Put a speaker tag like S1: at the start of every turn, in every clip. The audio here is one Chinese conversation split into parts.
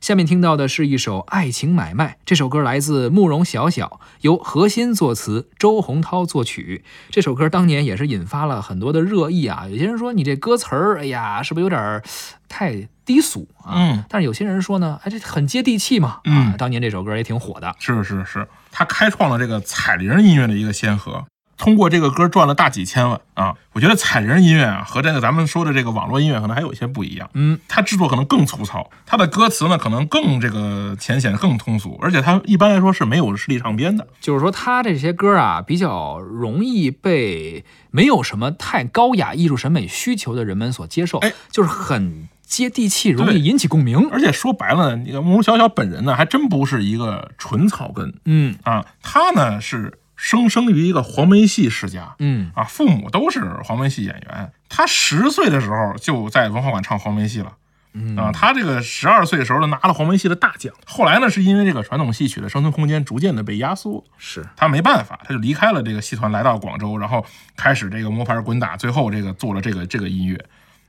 S1: 下面听到的是一首《爱情买卖》，这首歌来自慕容晓晓，由何心作词，周洪涛作曲。这首歌当年也是引发了很多的热议啊，有些人说你这歌词儿，哎呀，是不是有点儿太低俗啊？
S2: 嗯，
S1: 但是有些人说呢，哎，这很接地气嘛。
S2: 嗯
S1: 啊，当年这首歌也挺火的。
S2: 是是是，他开创了这个彩铃音乐的一个先河，通过这个歌赚了大几千万啊！我觉得彩铃音乐啊和这个咱们说的这个网络音乐可能还有一些不一样，
S1: 嗯，
S2: 它制作可能更粗糙，它的歌词呢可能更这个浅显、更通俗，而且它一般来说是没有实力唱片的。
S1: 就是说他这些歌啊，比较容易被没有什么太高雅艺术审美需求的人们所接受，
S2: 哎
S1: 就是很接地气，容
S2: 对
S1: 易引起共鸣。
S2: 而且说白了，那个慕容晓晓本人呢，还真不是一个纯草根
S1: 嗯
S2: 啊，他呢是生生于一个黄梅戏世家，
S1: 嗯，
S2: 啊，父母都是黄梅戏演员。他十岁的时候就在文化馆唱黄梅戏了。
S1: 嗯
S2: 啊，他这个十二岁的时候呢，拿了黄梅戏的大奖。后来呢，是因为这个传统戏曲的生存空间逐渐的被压缩，
S1: 是
S2: 他没办法，他就离开了这个戏团，来到广州，然后开始这个摸排滚打，最后这个做了这个这个音乐。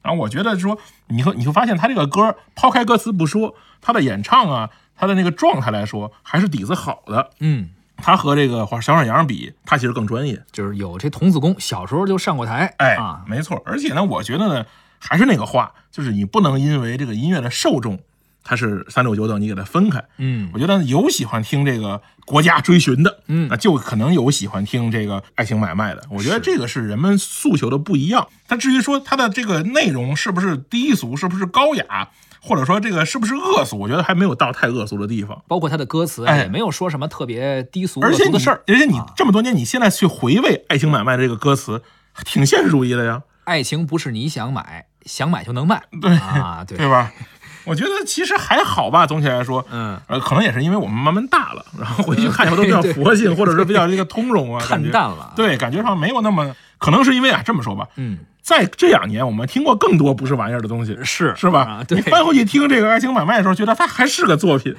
S2: 然后我觉得说，你会你会发现他这个歌，抛开歌词不说，他的演唱啊，他的那个状态来说，还是底子好的。
S1: 嗯。
S2: 他和这个小沈阳比，他其实更专业。
S1: 就是有这童子功，小时候就上过台，
S2: 哎，
S1: 啊，
S2: 没错。而且呢，我觉得呢，还是那个话，就是你不能因为这个音乐的受众它是三六九等，你给它分开。
S1: 嗯
S2: 我觉得有喜欢听这个国家追寻的，
S1: 嗯
S2: 那就可能有喜欢听这个爱情买卖的。我觉得
S1: 是
S2: 这个是人们诉求的不一样。但至于说它的这个内容是不是低俗，是不是高雅，或者说这个是不是恶俗，我觉得还没有到太恶俗的地方。
S1: 包括他的歌词
S2: 哎
S1: 也没有说什么特别低俗
S2: 而且
S1: 恶俗
S2: 你
S1: 的事儿。，啊
S2: 而且你这么多年，你现在去回味《爱情买卖》这个歌词，挺现实主义的呀。
S1: 爱情不是你想买，想买就能卖，
S2: 对
S1: 啊，对，
S2: 对吧？ 我觉得其实还好吧，总体来说，
S1: 嗯，
S2: 呃，可能也是因为我们慢慢 大了，然后回去看什么都比较佛性，或者是比较这个通融啊，感
S1: 看
S2: 觉
S1: 淡了，，
S2: 对，感觉上没有那么，可能是因为啊，这么说吧，
S1: 嗯，
S2: 在这两年我们听过更多不是玩意儿的东西，
S1: 是
S2: 是吧？
S1: 啊、对
S2: 你，翻回去听这个《爱情买卖》的时候，觉得它还是个作品，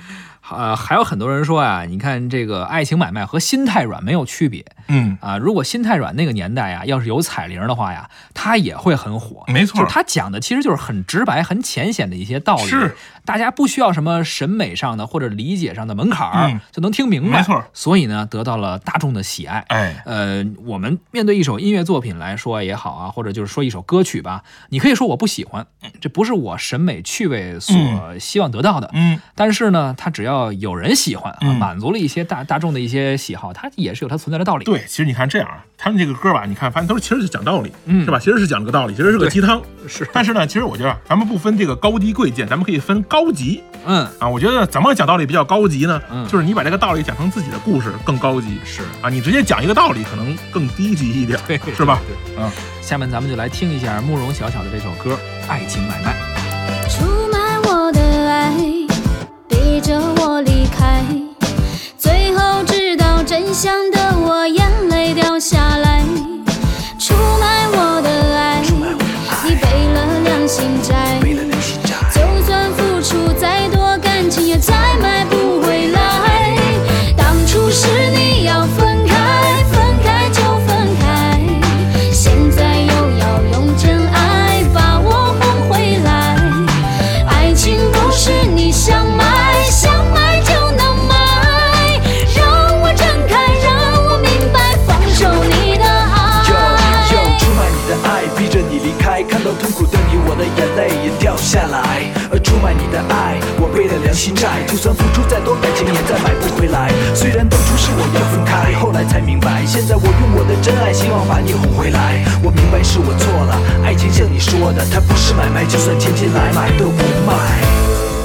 S1: 呃，还有很多人说啊，你看这个爱情买卖和心太软没有区别
S2: 嗯，
S1: 啊。如果心太软那个年代啊呀，要是有彩铃的话呀，它也会很火。
S2: 没错
S1: 就是它讲的其实就是很直白、很浅显的一些道理，
S2: 是
S1: 大家不需要什么审美上的或者理解上的门槛儿、
S2: 嗯
S1: 就能听明白。
S2: 没错，
S1: 所以呢，得到了大众的喜爱。
S2: 哎，
S1: 呃，我们面对一首音乐作品来说也好啊，或者就是说一首歌曲吧，你可以说我不喜欢，这不是我审美趣味所希望得到的。
S2: 嗯，
S1: 但是呢，它只要有人喜欢啊，
S2: 嗯
S1: 满足了一些大大众的一些喜好，它也是有它存在的道理。
S2: 对，其实你看这样啊，他们这个歌吧，你看，反正都是其实是讲道理，
S1: 嗯
S2: 是吧？其实是讲了个道理，其实是个
S1: 对
S2: 鸡汤。
S1: 是，
S2: 但是呢，其实我觉得啊咱们不分这个高低贵贱，咱们可以分高级，
S1: 嗯，
S2: 啊，我觉得怎么讲道理比较高级呢？
S1: 嗯
S2: 就是你把这个道理讲成自己的故事更高级
S1: 是。
S2: 啊，你直接讲一个道理可能更低级一点儿，
S1: 对
S2: 是吧？
S1: 对
S2: 嗯
S1: 下面咱们就来听一下慕容晓晓的这首歌《爱情买卖》。
S3: 出卖我的爱，逼着我离开，最后知道真相的我眼泪掉下来。出卖我的爱，你背了良心债，就算付出再多，感情也再买不回来。当初是你要分开，分开就分开，现在又要用真爱把我哄回来。爱情不是你想买，想买就能买。让我睁开，让我明白，放手你的
S4: 哟哟，
S3: 爱。
S4: 出卖你的爱，逼着你离开，看到痛苦的你，我的眼泪也掉下来。而出卖你的爱，我背了良心债，就算付出再多，感情也再买不回来。虽然当初是我要分开，后来才明白，现在我用我的真爱，希望把你哄回来。我明白是我错了，爱情像你说的，它不是买卖，就算钱进来买都不卖。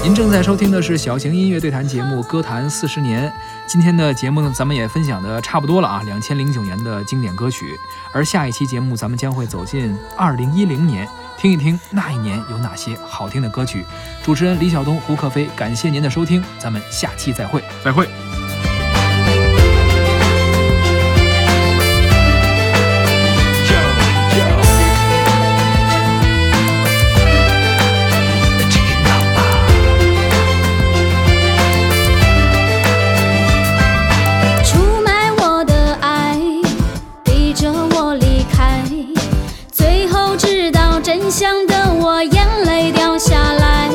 S1: 您正在收听的是小型音乐对谈节目《歌坛四十年》。今天的节目呢，咱们也分享的差不多了啊，两千零九年的经典歌曲。而下一期节目，咱们将会走进二零一零年，听一听那一年有哪些好听的歌曲。主持人李晓东、胡克飞，感谢您的收听，咱们下期再会。
S2: 再会。
S4: Yo, yo. Check it out, ah.
S3: 出卖我的爱，逼着我离开，最后知道真相的我眼泪掉下来。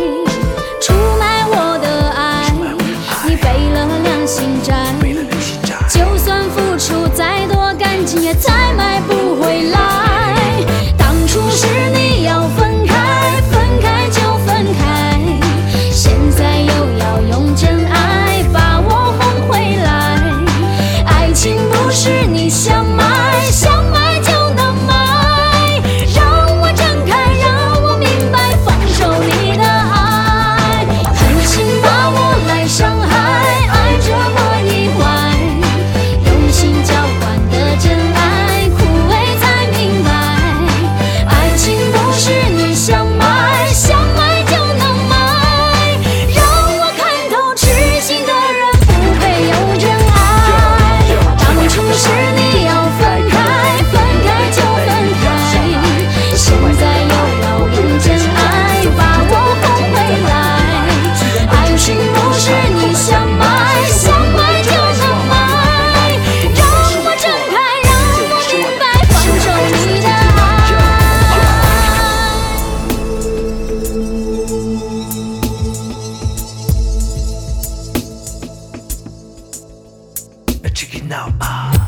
S3: 出卖我的爱。
S4: now 啊。